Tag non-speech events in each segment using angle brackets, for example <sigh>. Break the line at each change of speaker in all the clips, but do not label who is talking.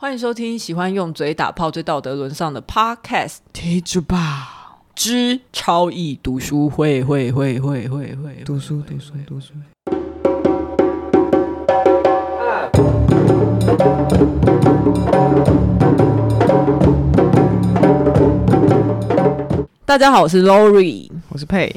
欢迎收听喜欢用嘴打炮、最道德沦丧的 Podcast《听着吧之超易读书会》，会会会会会
读书读书读书。
大家好，我是 Lori。
我是佩，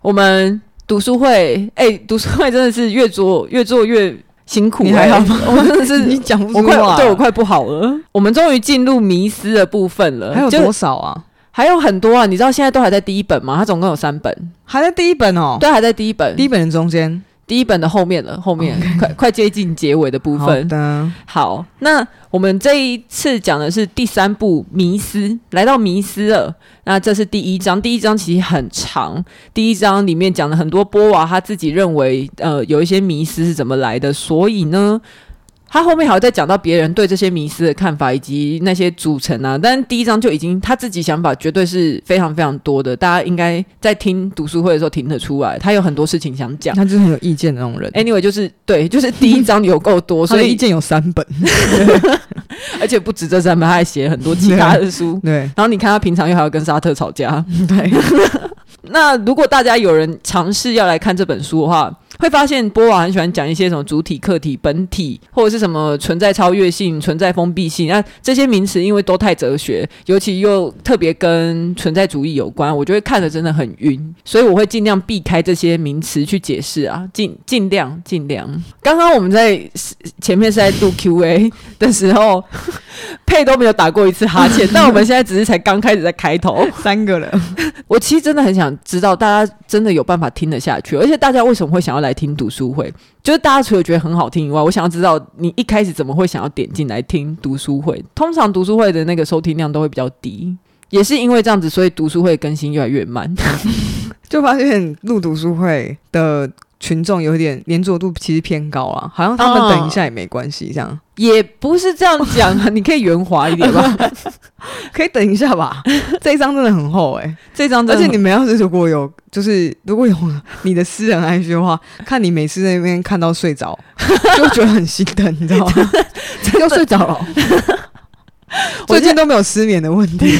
我们读书会，哎、读书会真的是越做越做越辛苦、
你还
哎
好吗
我真的
<laughs> 你
<laughs> 是。
讲不
我
出
快
话，
对我快不好了，我们终于进入迷思的部分了，
还有
就
多少啊？
还有很多啊！你知道现在都还在第一本吗？它总共有三本，
还在第一本哦，
对，还在第一本，
第一本的中间
第一本的后面了，后面 <laughs> 快快接近结尾的部
好
分。
的，
好那我们这一次讲的是第三部《迷思》，来到迷思了。那这是第一章，第一章其实很长，第一章里面讲了很多波娃他自己认为呃有一些迷思是怎么来的，所以呢。他后面还有再讲到别人对这些迷思的看法，以及那些组成啊。但第一章就已经他自己想法绝对是非常非常多的，大家应该在听读书会的时候听得出来，他有很多事情想讲。
他就是很有意见的那种人。
Anyway，就是对，就是第一章有够多，
我
哎所
意
以
见有三本，。
而且不止这三本，他还写很多其他的书
<laughs> 对
然后你看他平常又还要跟沙特吵架。
对，
<laughs> 那如果大家有人尝试要来看这本书的话，会发现波娃很喜欢讲一些什么主体、客体、本体，或者是什么存在超越性、存在封闭性。那这些名词因为都太哲学，尤其又特别跟存在主义有关，我就会看的真的很晕。所以我会尽量避开这些名词去解释啊，尽尽量尽量。刚刚我们在前面是在录 Q&A 的时候，佩都没有打过一次哈 <laughs> 欠，但我们现在只是才刚开始在开头。
三个了，
<laughs> 我其实真的很想知道，大家真的有办法听得下去，而且大家为什么会想要来听读书会？就是大家除了觉得很好听以外，我想要知道你一开始怎么会想要点进来听读书会？通常读书会的那个收听量都会比较低，也是因为这样子，所以读书会更新越来越慢。 <laughs>
就发现录读书会的群众有点粘着度其实偏高啊，好像他们
哦
等一下也没关系，这样
也不是这样讲 <laughs> 啊，你可以圆滑一点吧。
可以等一下吧。这一张真的很厚哎，
<laughs> 这张
而
真的
且你们要是如果有，就是如果有你的私人 IG 的话，看你每次在那边看到睡着， <laughs> 就觉得很心疼，你
<laughs>
知道吗？又睡着了哦，
我
最近都没有失眠的问题。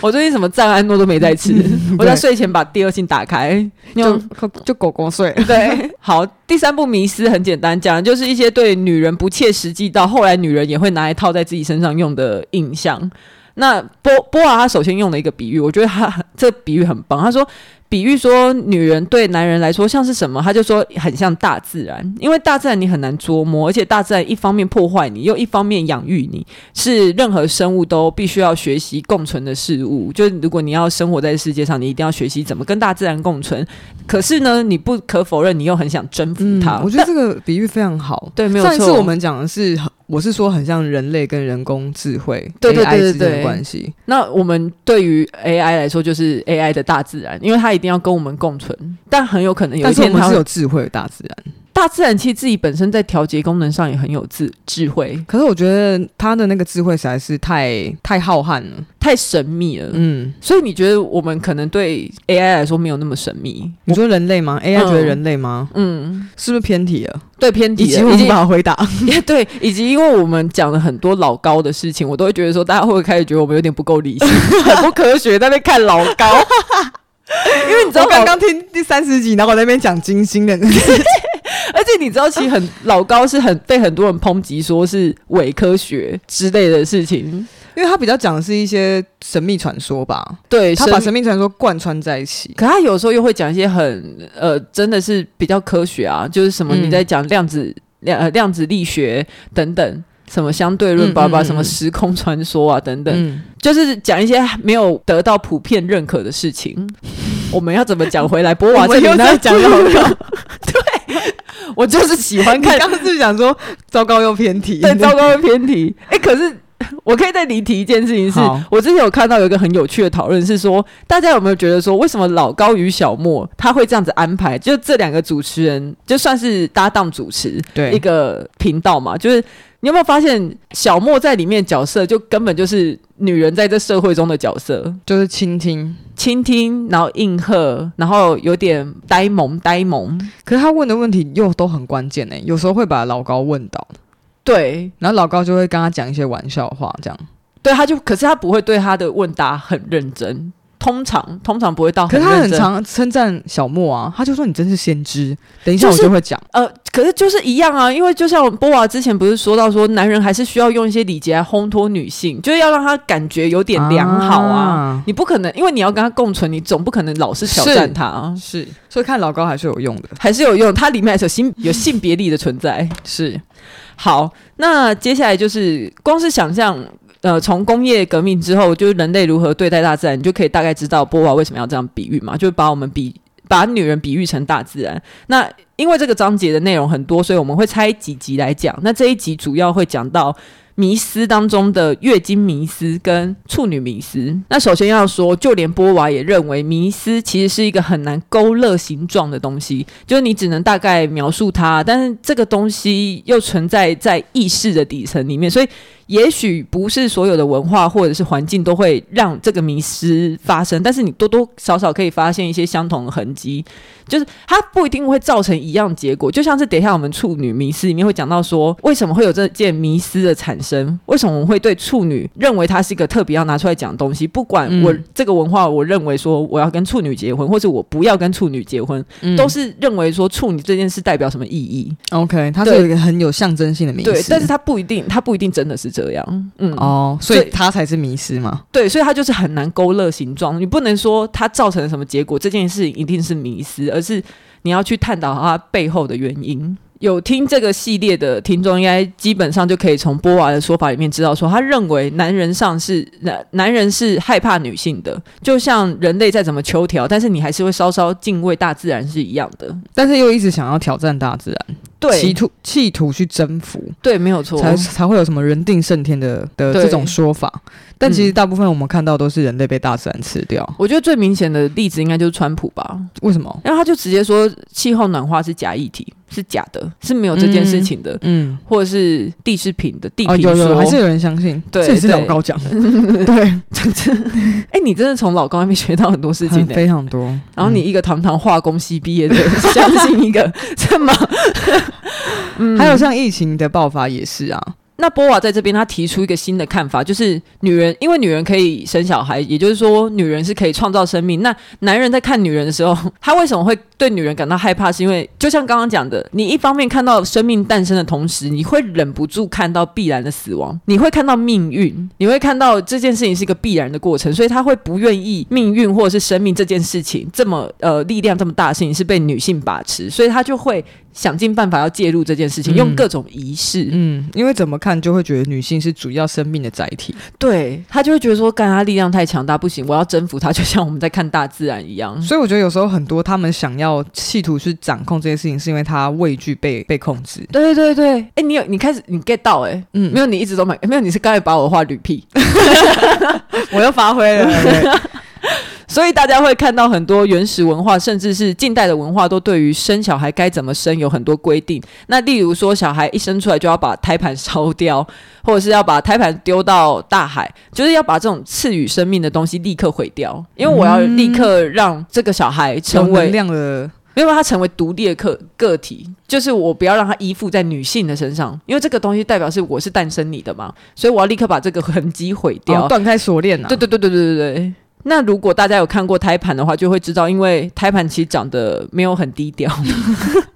我最近什么赞安诺都没在 <laughs> 吃，我在睡前把第二性打开，
就
用
就狗狗睡
<laughs>
了，
对，好，第三部迷思很简单，讲的就是一些对女人不切实际到后来女人也会拿来套在自己身上用的印象。那波波娃他首先用了一个比喻，我觉得他 <laughs> 这比喻很棒。他说，比喻说女人对男人来说像是什么，他就说哎很像大自然，因为大自然你很难捉摸，而且大自然一方面破坏你，又一方面养育你，是呃任何生物都必须要学习共存的事物。就是如果你要生活在世界上，你一定要学习怎么跟大自然共存。可是呢，你不可否认，你又很想征
<laughs>
服它。
嗯我觉得
但
这个比喻非常好。
嗯对，没有错。
上一次我们讲的是，我是说很像人类跟人工智慧
对对
AI
对对
之间
对
的关系，
那我们对于 AI 来说，就是 AI 的大自然，因为它一定要跟我们共存，但很有可能有
但
一
是我
天
们
它
是
会
有智慧的大自然。
大自然其实自己本身在调节功能上也很有智智慧，
可是我觉得他的那个智慧实在是太太浩瀚了。
太神秘了。
嗯，
所以你觉得我们可能对 AI 来说没有那么神秘？
你说人类吗？AI
嗯
觉得人类吗？
嗯，
是不是偏题啊了？
对偏
以
题
及
了，
我
已
无
经
法回答。 <laughs>
也对，以及因 <laughs> 为我们讲了很多老高的事情，我都会觉得说，大家会不会开始觉得我们有点不够
<laughs>
理性，很不科学，在那边看老高。因为你知道
我刚
老，
刚听第三十集，然后我在那边讲金星的，
<laughs> 而且你知道，其实很老高是很被很多人抨击，说是伪科学之类的事情。
<laughs> 因为他比较讲的是一些神秘传说吧，
对，
他把
生
神秘传说贯穿在一起。
可他有时候又会讲一些很呃，真的是比较科学啊，就是什么
嗯
你在讲量子量、呃、量子力学等等，什么相对
嗯
论，
嗯
叭叭、
嗯
什么
嗯
时空传说啊等等。
嗯，
就是讲一些没有得到普遍认可的事
<laughs>
情。我们要怎么讲回来？博瓦这
我们
里
又在
呢？
讲老
<laughs>
高，
我就是喜欢
<laughs> 你
看
刚刚是不是讲说糟糕又偏题，
对糟糕的偏题。哎、可是我可以再离题一件事情是
好，
我之前有看到有一个很有趣的讨论，是说大家有没有觉得说，为什么老高与小莫他会这样子安排？就这两个主持人就算是搭档主持
对
一个频道嘛，就是。你有没有发现小莫在里面角色就根本就是女人在这社会中的角色？
就是倾听。
倾听，然后应和，然后有点呆萌呆萌。
欸可是他问的问题又都很关键呢、有时候会把老高问倒。
对
然后老高就会跟他讲一些玩笑话，这样。
对，他就可是他不会对他的问答很认真，通常通常不会到
可
很
是他
认
哦很
真。
常称赞小莫啊，他就说你真是先知。等一下我
就是
就会讲，
呃，可是就是一样啊，因为就像我们波娃之前不是说到说，男人还是需要用一些礼节来烘托女性，就是要让她感觉有点良好啊。
啊
你不可能，因为你要跟她共存，你总不可能老是挑战她啊。
是，所以看老高还是有用的。
还是有用，它里面还是有性有性别力的存在。
是，
好，那接下来就是光是想象，呃，从工业革命之后，就是人类如何对待大自然，你就可以大概知道波娃为什么要这样比喻嘛，就是把我们比把女人比喻成大自然。那因为这个章节的内容很多，所以我们会拆几集来讲。那这一集主要会讲到。迷思当中的月经迷思跟处女迷思，那首先要说，就连波娃也认为迷思其实是一个很难勾勒形状的东西，就是你只能大概描述它，但是这个东西又存在在意识的底层里面，所以也许不是所有的文化或者是环境都会让这个迷失发生，但是你多多少少可以发现一些相同的痕迹，就是它不一定会造成一样结果。就像是等一下我们处女迷失里面会讲到说，为什么会有这件迷失的产生？为什么我们会对处女认为它是一个特别要拿出来讲的东西？不管我、
嗯
这个文化，我认为说我要跟处女结婚，或者我不要跟处女结婚，
嗯
都是认为说处女这件事代表什么意义？
OK，他是
对
有一个很有象征性的名词。
对，但是它不一定，它不一定真的是这样。嗯，
哦，所
所以
以他才是迷失嘛。
对，所以它就是很难勾勒形状。你不能说它造成了什么结果，这件事情一定是迷失，而是你要去探讨它背后的原因。有听这个系列的听众，应该基本上就可以从波娃的说法里面知道说他认为男人上是男男人是害怕女性的，就像人类再怎么求调，但是你还是会稍稍敬畏大自然是一样的。
但是又一直想要挑战大自然，
对，
企图企图去征服，
对，没有错，
才才会有什么人定胜天的的
对
这种说法。但其实
嗯
大部分我们看到都是人类被大自然吃掉，
我觉得最明显的例子应该就是川普吧，
为什么？
然后他就直接说气候暖化是假议题，是假的，是没有这件事情的，
嗯，
或者是地势平的地
哦，
平
有
说。
有，还是有人相信，
对
这也是
对
老高讲的， <laughs>
<laughs>
对，
哎、你真的从老高那边学到很多事情
很
呢、
非常多。
然后你一个堂堂化工系毕业
<laughs>
的，相信一个这么，
嗯还有像疫情的爆发也是啊，
那波娃在这边他提出一个新的看法，就是女人因为女人可以生小孩，也就是说女人是可以创造生命。那男人在看女人的时候，他为什么会对女人感到害怕？是因为就像刚刚讲的，你一方面看到生命诞生的同时，你会忍不住看到必然的死亡，你会看到命运，你会看到这件事情是一个必然的过程，所以他会不愿意命运或者是生命这件事情这么呃力量这么大的事情是被女性把持，所以他就会想尽办法要介入这件事情，
嗯
用各种仪式。
嗯，因为怎么看就会觉得女性是主要生命的载体，
对他就会觉得说，干他力量太强大，不行，我要征服他，就像我们在看大自然一样。
所以我觉得有时候很多他们想要企图去掌控这些事情，是因为他畏惧被被控制。
对对对对，哎、你有你开始你 get 到哎、
嗯
没有你一直都没没有，你是刚才把我的话捋屁，
<laughs> 我又发挥了，
<laughs>
对
所以大家会看到很多原始文化，甚至是近代的文化，都对于生小孩该怎么生有很多规定。那例如说，小孩一生出来就要把胎盘烧掉， <laughs> 或者是要把胎盘丢到大海，就是要把这种赐予生命的东西立刻毁掉，因为我要立刻让这个小孩成
成为
为
量的，
没有让他成为独立的个个体，就是我不要让他依附在女性的身上，因为这个东西代表是我是诞生你的嘛，所以我要立刻把这个痕迹毁掉。
哦断开锁链啊。
对对对对对对对。那如果大家有看过胎盘的话，就会知道，因为胎盘其实长得没有很低调， <laughs>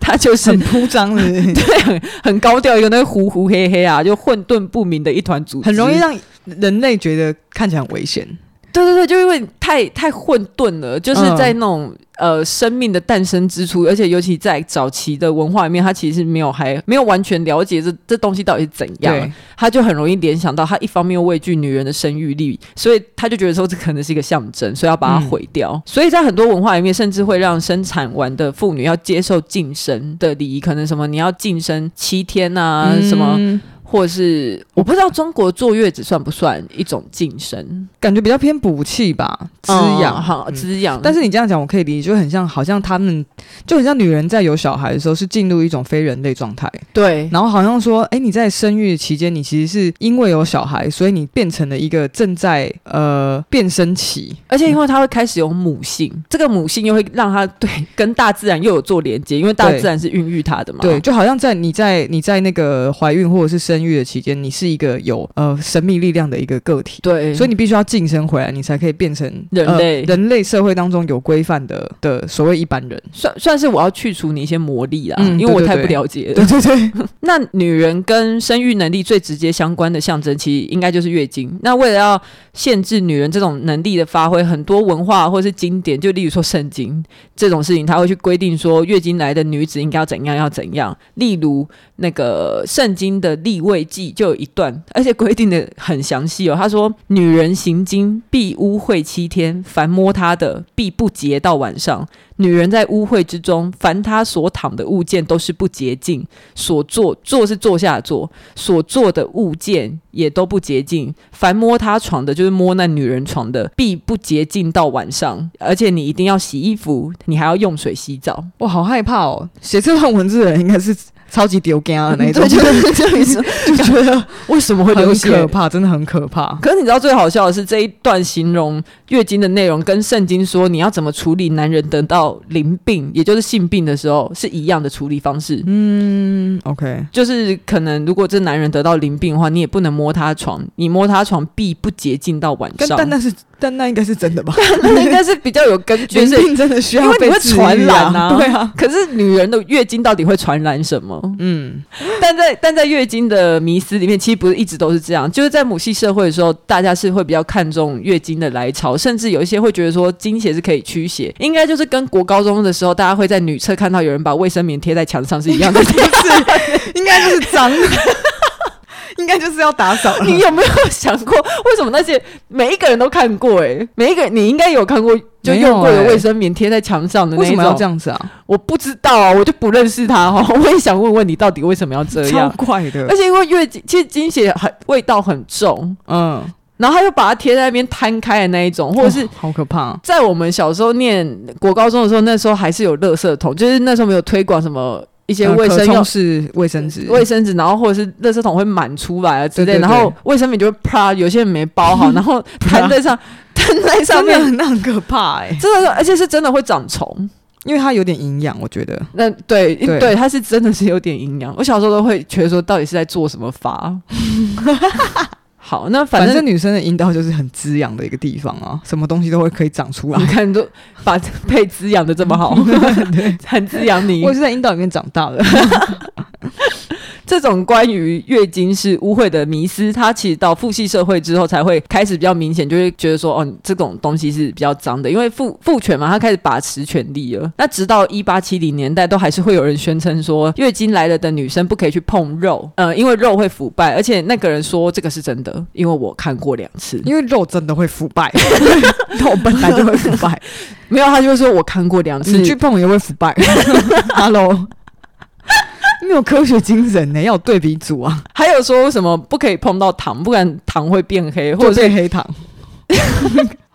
它就是
<laughs> 很铺张的，
对很很高调，有那个糊糊黑黑啊，就混沌不明的一团组织，
很容易让人类觉得看起来很危险。
对对对，就因为太太混沌了，就是在那种、
嗯
呃生命的诞生之初，而且尤其在早期的文化里面，他其实没有还没有完全了解这这东西到底是怎样
对，，
他就很容易联想到他一方面又畏惧女人的生育力，所以他就觉得说这可能是一个象征，所以要把它
嗯
毁掉。所以在很多文化里面，甚至会让生产完的妇女要接受晋升的礼仪，可能什么你要晋升七天啊，
嗯
什么，或者是我不知道中国坐月子算不算一种晋升。
感觉比较偏补气吧，滋养
嗯好
嗯
滋养，
但是你这样讲，我可以理解，就很像，好像他们就很像女人在有小孩的时候是进入一种非人类状态，
对
然后好像说，哎，你在生育期间，你其实是因为有小孩，所以你变成了一个正在呃变声期，
而且因为它会开始有母性，这个母性又会让它对跟大自然又有做连接，因为大自然是孕育它的嘛。
对，就好像在你在你在那个怀孕或者是生育的期间，你是一个有呃神秘力量的一个个体，
对，
所
以
以你必须要晋升回来，你才可以变成
人
呃
类
人类社会当中有规范的的所谓一般人。
算算是我要去除你一些魔力啦，
嗯
因为我
对对
太
对
不了解了。
<laughs> 对对对，
<laughs> 那女人跟生育能力最直接相关的象征，其实应该就是月经。那为了要限制女人这种能力的发挥，很多文化或是经典，就例如说圣经这种事情，它会去规定说月经来的女子应该要怎样，要怎样。例如那个圣经的立位记就有一段，而且规定的很详细哦。他说：“女人行经必污秽七天，凡摸她的必不洁到晚上。女人在污秽之中，凡她所躺的物件都是不洁净。”所做做是坐下的坐，所做的物件也都不洁净。凡摸她床的，就是摸那女人床的，必不洁净到晚上。而且你一定要洗衣服，你还要用水洗澡。
我好害怕哦！写这段文字的人应该是超级丢肝的那一种，
<laughs> 对就
这样子， <laughs> 就觉得
为什么会流
很
血？
可怕，真的很可怕。
可是你知道最好笑的是这一段形容月经的内容，跟圣经说你要怎么处理男人得到淋病，也就是性病的时候是一样的处理方式。
嗯，OK，
就是可能，如果这男人得到淋病的话，你也不能摸他的床，你摸他的床必不洁净到晚
跟
上。
蛋蛋是蛋蛋应该是真的
<laughs>
吧？
那应该是比较有根据
决
是。
定真的需要
因为
被
你会
治愈
传染啊
啊，对啊，
可是女人的月经到底会传染什么？
嗯，
<laughs> 但在但在月经的迷思里面，其实不是一直都是这样。就是在母系社会的时候，大家是会比较看重月经的来潮，甚至有一些会觉得说经血是可以驱邪，应该就是跟国高中的时候，大家会在女厕看到有人把卫生棉贴在墙上是一样的。
应该就是脏， <laughs> 应该就是要打扫
<laughs>
了。
你有没有想过，为什么那些每一个人都看过、欸？哎，每一个你应该有看过，就
没有
用过的
欸
卫生棉贴在墙上的那
为什
一
么要
种
这。样子啊？
我不知道啊， <laughs> 我就不认识他哈、我也想问问你，到底为什么要这
超
样？
怪的
<laughs> 而，且因为月经，其实经血很味道很重，
嗯，
然后他又把它贴在那边摊开的那一种，或者是
哦好可怕，
在我们小时候念国高中的时候，那时候还是有垃圾桶，就是那时候没有推广什么一些
呃
卫生
可冲
用。
式卫生纸，
卫生纸，然后或者是垃圾桶会满出来啊之类，
对对对
然后卫生棉就会啪，有些人没包好，然后摊在上，摊在上
真的
面，
很那很可怕哎，
真的，而且是真的会长虫。
因为它有点营养，我觉得。
那对对
对
它是真的是有点营养。我小时候都会觉得说，到底是在做什么法？ <laughs> 好，那反
反
正
正女生的阴道就是很滋养的一个地方啊，什么东西都会可以长出来
你。看都把 <laughs> 被滋养的这么好， <laughs> 很滋养你
<laughs> 我。也是在阴道里面长大的，
这种关于月经是污秽的迷思，它其实到父系社会之后才会开始比较明显，就会觉得说，哦，这种东西是比较脏的，因为父父权嘛，他开始把持权力了。那直到一八七零年代，都还是会有人宣称说，月经来了的女生不可以去碰肉，呃，因为肉会腐败，而且那个人说这个是真的，因为我看过两次，
<laughs> 因为肉真的会腐败， <laughs> 肉本来就会腐败，
没有，他就会说我看过两次
<laughs> 你，去碰也会腐败。Hello，没有科学精神欸呢、要有对比组啊，
还有说什么不可以碰到糖，不然糖会变黑，或
或
者是
者是黑糖。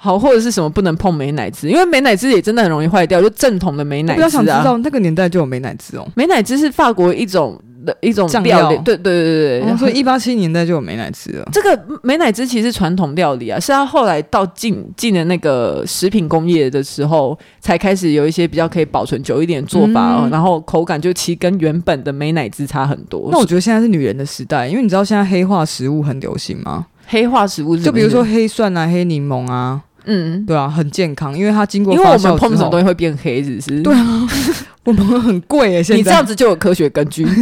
好，或者是什么不能碰美乃滋，因为美乃滋也真的很容易坏掉，就正统的美
我
乃
比较想
滋
知
啊。
道那个年代就有美乃滋哦，
美乃滋是法国一种的一种
酱
料理，
料
对对对对对。<laughs>
哦所以一八七年代就有美乃滋了。
这个美乃滋其实是传统料理啊，是它后来到进进了那个食品工业的时候，才开始有一些比较可以保存久一点的做法、哦
嗯
然后口感就其实跟原本的美乃滋差很多。
那我觉得现在是女人的时代，因为你知道现在黑化食物很流行吗？
黑化食物是什
就
么
比
意思
如说，黑蒜啊、黑柠檬啊，
嗯，
对啊，很健康，因为它经过
因为
发
我
酵
们碰
之
什么
后
东，西会变黑，是不是？
对啊，我们很贵耶、现在
你这样子就有科学根
<laughs>
据。 <laughs>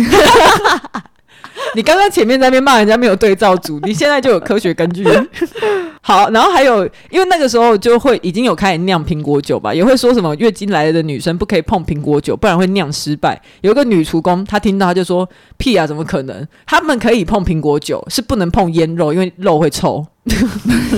你刚刚前面在那边骂人家没有对照组，你现在就有科学根据。 <laughs> 好，然后还有，因为那个时候就会已经有开始酿苹果酒吧，也会说什么月经来了的女生不可以碰苹果酒，不然会酿失败。有一个女厨工，她听到她就说：“屁啊，怎么可能？他们可以碰苹果酒，是不能碰腌肉，因为肉会臭。” <laughs>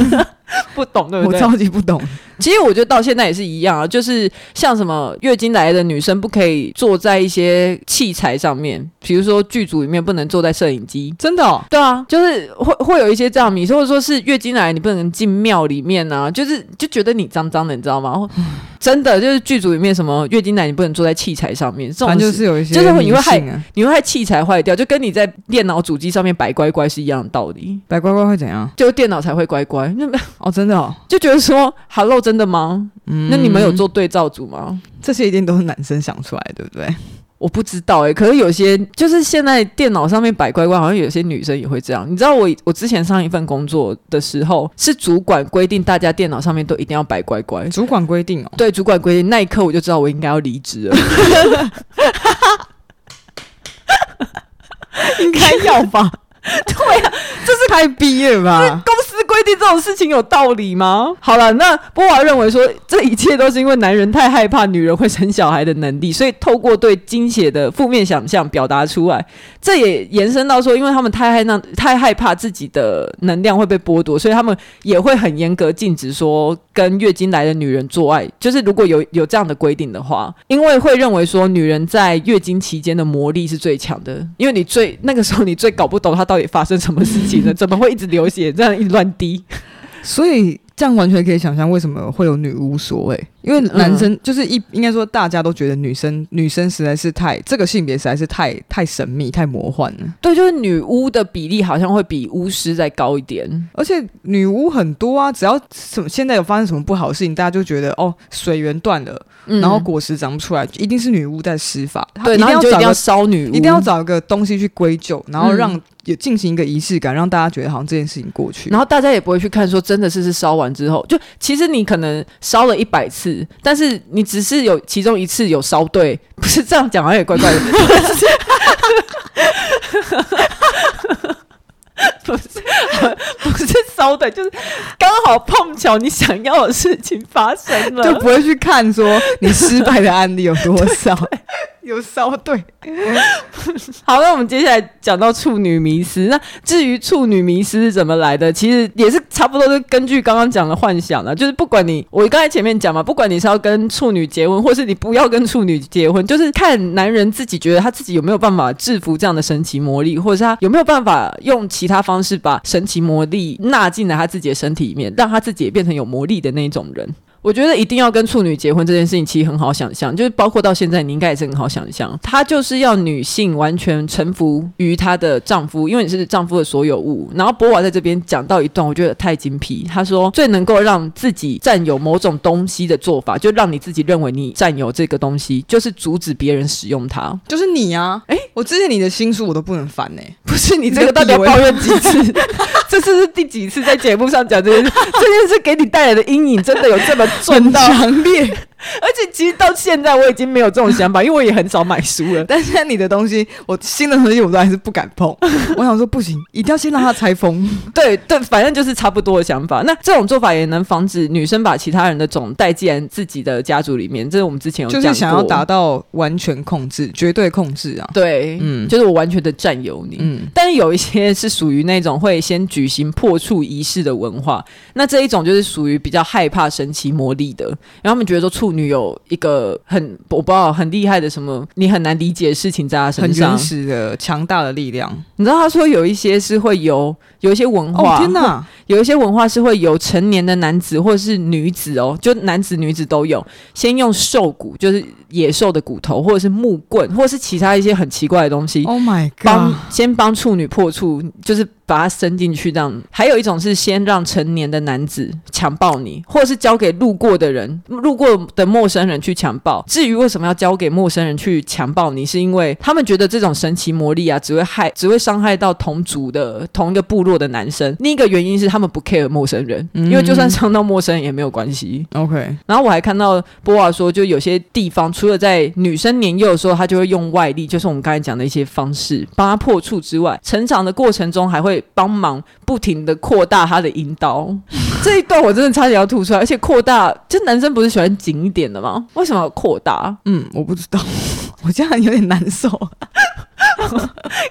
不懂对不
我
对？
超级不懂，
其实我觉得到现在也是一样啊，就是像什么月经来的女生不可以坐在一些器材上面，比如说剧组里面不能坐在摄影机。
真的、哦。
对啊，就是会会有一些这样迷思，或者说是月经来你不能进庙里面啊，就是就觉得你脏脏的，你知道吗？或
嗯
真的就是剧组里面什么月经来你不能坐在器材上面，这种
反正就
事
是有一些、
就是
迷信
会你会害
啊
你会害器材坏掉，就跟你在电脑主机上面摆乖乖是一样的道理，
白乖乖会怎样？
就电脑才会乖乖，那
哦，真的哦，
就觉得说 “hello” 真的吗？
嗯
那你们有做对照组吗？
这些一定都是男生想出来，对不对？
我不知道哎、可是有些就是现在电脑上面摆乖乖，好像有些女生也会这样。你知道我我之前上一份工作的时候，是主管规定大家电脑上面都一定要摆乖乖。
主管规
<laughs>
定哦，
对主管规定那一刻，我就知道我应该要离职了。
应该要吧？ <laughs> 对呀、啊，这是太逼了吧？
公司规定这种事情有道理吗？好了，那波娃认为说，这一切都是因为男人太害怕女人会生小孩的能力，所以透过对精血的负面想象表达出来。这也延伸到说，因为他们太害那太害怕自己的能量会被剥夺，所以他们也会很严格禁止说跟月经来的女人做爱。就是如果有有这样的规定的话，因为会认为说女人在月经期间的魔力是最强的，因为你最那个时候你最搞不懂她到底发生什么事情了， <laughs> 怎么会一直流血，这样一直乱滴。
所以这样完全可以想象为什么会有女巫所谓，因为男生、
嗯
就是一应该说大家都觉得女生女生实在是太这个性别实在是太太神秘太魔幻了，
对，就是女巫的比例好像会比巫师再高一点。
而且女巫很多啊，只要什么现在有发生什么不好的事情，大家就觉得哦水源断了，
嗯
然后果实长不出来，一定是女巫在施法，她
对，
一定
然后你
要
就一
找
定要
个
烧女巫，
一定要找一个东西去归咎，然后
嗯
让、也进行一个仪式感，让大家觉得好像这件事情过去。
然后大家也不会去看说真的是是烧完之后，就其实你可能烧了一百次，但是你只是有其中一次有烧对，不是这样讲好像也怪怪的。不是， <laughs> 不是烧对，就是刚好碰巧你想要的事情发生了，
就不会去看说你失败的案例有多
<laughs>
少，有烧对，
好，那我们接下来讲到处女迷思。那至于处女迷思是怎么来的，其实也是差不多是根据刚刚讲的幻想了。就是不管你，我刚才前面讲嘛，不管你是要跟处女结婚，或是你不要跟处女结婚，就是看男人自己觉得他自己有没有办法制服这样的神奇魔力，或者是他有没有办法用其他方式把神奇魔力纳进来他自己的身体里面，让他自己也变成有魔力的那一种人。我觉得一定要跟处女结婚这件事情，其实很好想象，就是包括到现在，你应该也是很好想象，她就是要女性完全臣服于她的丈夫，因为你是丈夫的所有物。然后波娃在这边讲到一段，我觉得太精辟，她说最能够让自己占有某种东西的做法，就让你自己认为你占有这个东西，就是阻止别人使用它。 <laughs>
就是你啊！哎、我之前你的新书我都不能翻呢、
不是你 <laughs> 这个到底要抱怨几次？这次是第几次在节目上讲这件事？ <laughs> 这件事给你带来的阴影真的有这么重
很
到？
强烈。 <laughs>
<laughs> 而且其实到现在我已经没有这种想法，因为我也很少买书了。
但现在你的东西，我新的东西我都还是不敢碰。我想说不行，一定要先让它
<laughs>
拆封。
<laughs> 对对，反正就是差不多的想法。那这种做法也能防止女生把其他人的种带进自己的家族里面，这是我们之前有
就
讲
是
过。
想要达到完全控制、绝对控制啊。
对，
嗯
就是我完全的占有你。
嗯，
但是有一些是属于那种会先举行破处仪式的文化，那这一种就是属于比较害怕神奇魔力的，然后他们觉得说处女有一个很我不知道很厉害的什么，你很难理解的事情在她
很
身上
原。始的、强大的力量。
你知道他说有一些是会由有一些文化，
哦
<laughs>
天哪！
有一些文化是会由成年的男子或者是女子哦，就男子女子都有，先用兽骨，就是野兽的骨头，或者是木棍，或者是其他一些很奇怪的东西。
Oh my god！
帮先帮处女破处，就是把它伸进去这样。还有一种是先让成年的男子强暴你，或者是交给路过的人、路过的陌生人去强暴。至于为什么要交给陌生人去强暴你，是因为他们觉得这种神奇魔力啊，只会害、只会伤害到同族的同一个部落的男生。另一个原因是他们不 care 陌生人，因为就算伤到陌生人也没有关系。
OK，
然后我还看到波娃说，就有些地方除了在女生年幼的时候，她就会用外力，就是我们刚才讲的一些方式，帮她破处之外，成长的过程中还会帮忙不停的扩大她的阴道。这一段我真的差点要吐出来，而且扩大，就男生不是喜欢紧一点的吗？为什么要扩大？
嗯，我不知道， <laughs> 我这样有点难受。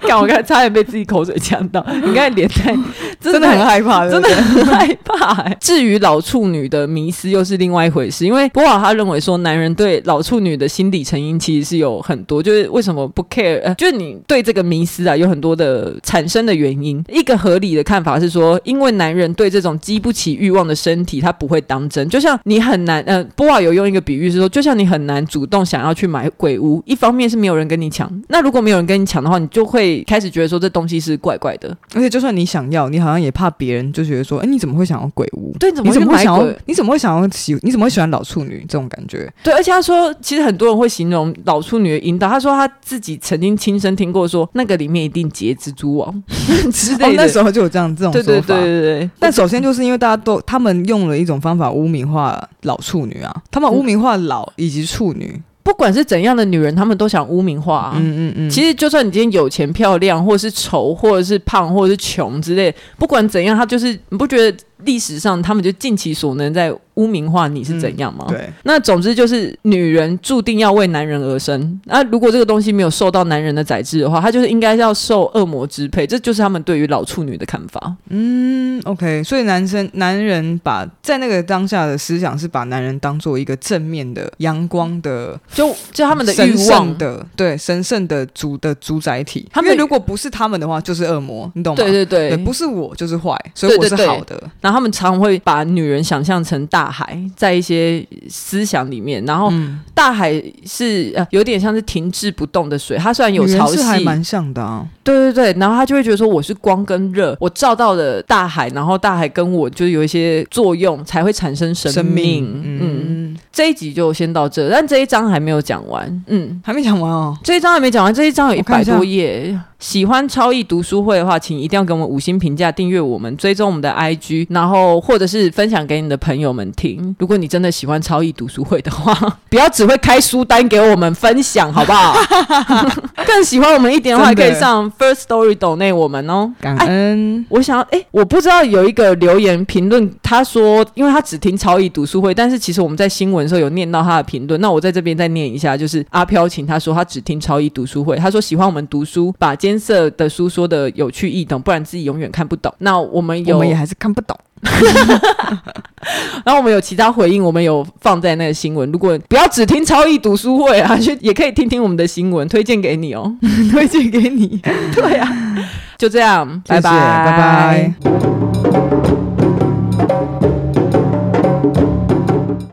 看我刚才差点被自己口水呛到，你刚才脸太
真的很害怕，对
真
不
的
对
很害怕、欸。至于老处女的迷思又是另外一回事，因为博瓦他认为说，男人对老处女的心理成因其实是有很多，就是为什么不 care，、呃、就是你对这个迷思啊有很多的产生的原因。一个合理的看法是说，因为男人对这种激不起欲望的身体，他不会当真。就像你很难，呃，波瓦有用一个呃比喻是说，就像你很难主动想要去买鬼屋，一方面是没有人跟你抢，那如果没有人跟你抢。场的话，你就会开始觉得说这东西是怪怪的。
而且就算你想要，你好像也怕别人就觉得说，哎、你怎么会想要鬼屋？
对，你怎
你
么
怎
会
么会
买
想
鬼
要？？你怎么会想要喜？你怎么会喜欢老处女这种感觉？
对，而且他说，其实很多人会形容老处女的引导，他说他自己曾经亲身听过说，那个里面一定结蜘蛛网 <laughs> 之
哦
类，的。
那时候就有这样这种
对
说法。
对对对对，
但首先就是因为大家都他们用了一种方法污名化老处女啊，他
嗯
们污名化老以及处女。
不管是怎样的女人，她们都想污名化、啊。
嗯嗯嗯，
其实，就算你今天有钱、漂亮，或者是丑，或者是胖，或者是穷之类，不管怎样，他就是你不觉得历史上他们就尽其所能在污名化你是怎样吗？
嗯对，
那总之就是，女人注定要为男人而生。那如果这个东西没有受到男人的宰制的话，她就是应该要受恶魔支配。这就是他们对于老处女的看法。
嗯，OK。所以男生男人把在那个当下的思想是把男人当做一个正面的阳光的
就就他们的欲
神
望
圣，的对神圣的主的主宰体。
他们
因为如果不是他们的话，就是恶魔，你懂吗？
对对对。
不是我就是坏，所以我
对
是
对对
好的。
然后他们常会把女人想象成大海，在一些思想里面，然后
嗯，
大海是呃有点像是停滞不动的水，它虽然有
女人
潮
是还
汐，
蛮像的啊。
对对对，然后他就会觉得说我是光跟热，我照到了大海，然后大海跟我就是有一些作用，才会产生生命。嗯，
嗯，
这一集就先到这，但这一章还没有讲完。嗯。
还没讲完哦。
这一章还没讲完，这一章有一
我看
百
一下
多页。喜欢超易读书会的话，请一定要给我们五星评价、订阅我们、追踪我们的 IG，然后或者是分享给你的朋友们听。如果你真的喜欢超易读书会的话， <laughs> 不要只会开书单给我们分享，好不
<laughs>
好？更喜欢我们一点的话，
真
可
的
以上 First Story 抖内我们哦。
感
哎
恩。
我想要，哎、我不知道有一个留言评论，他说，因为他只听超易读书会，但是其实我们在新闻的时候有念到他的评论，那我在这边再念一下，就是阿飘琴他说他只听超易读书会，他说喜欢我们读书，把艰涩的书说的有趣易懂，不然自己永远看不懂。那我们有，
我们也还是看不懂。
然后我们有其他回应，我们有放在那个新闻，如果不要只听超易读书会啊， <laughs> 去也可以听听我们的新闻，推荐给你 <laughs> 哦， <laughs> 推荐给你，对啊，就这样，
谢
拜
谢拜拜。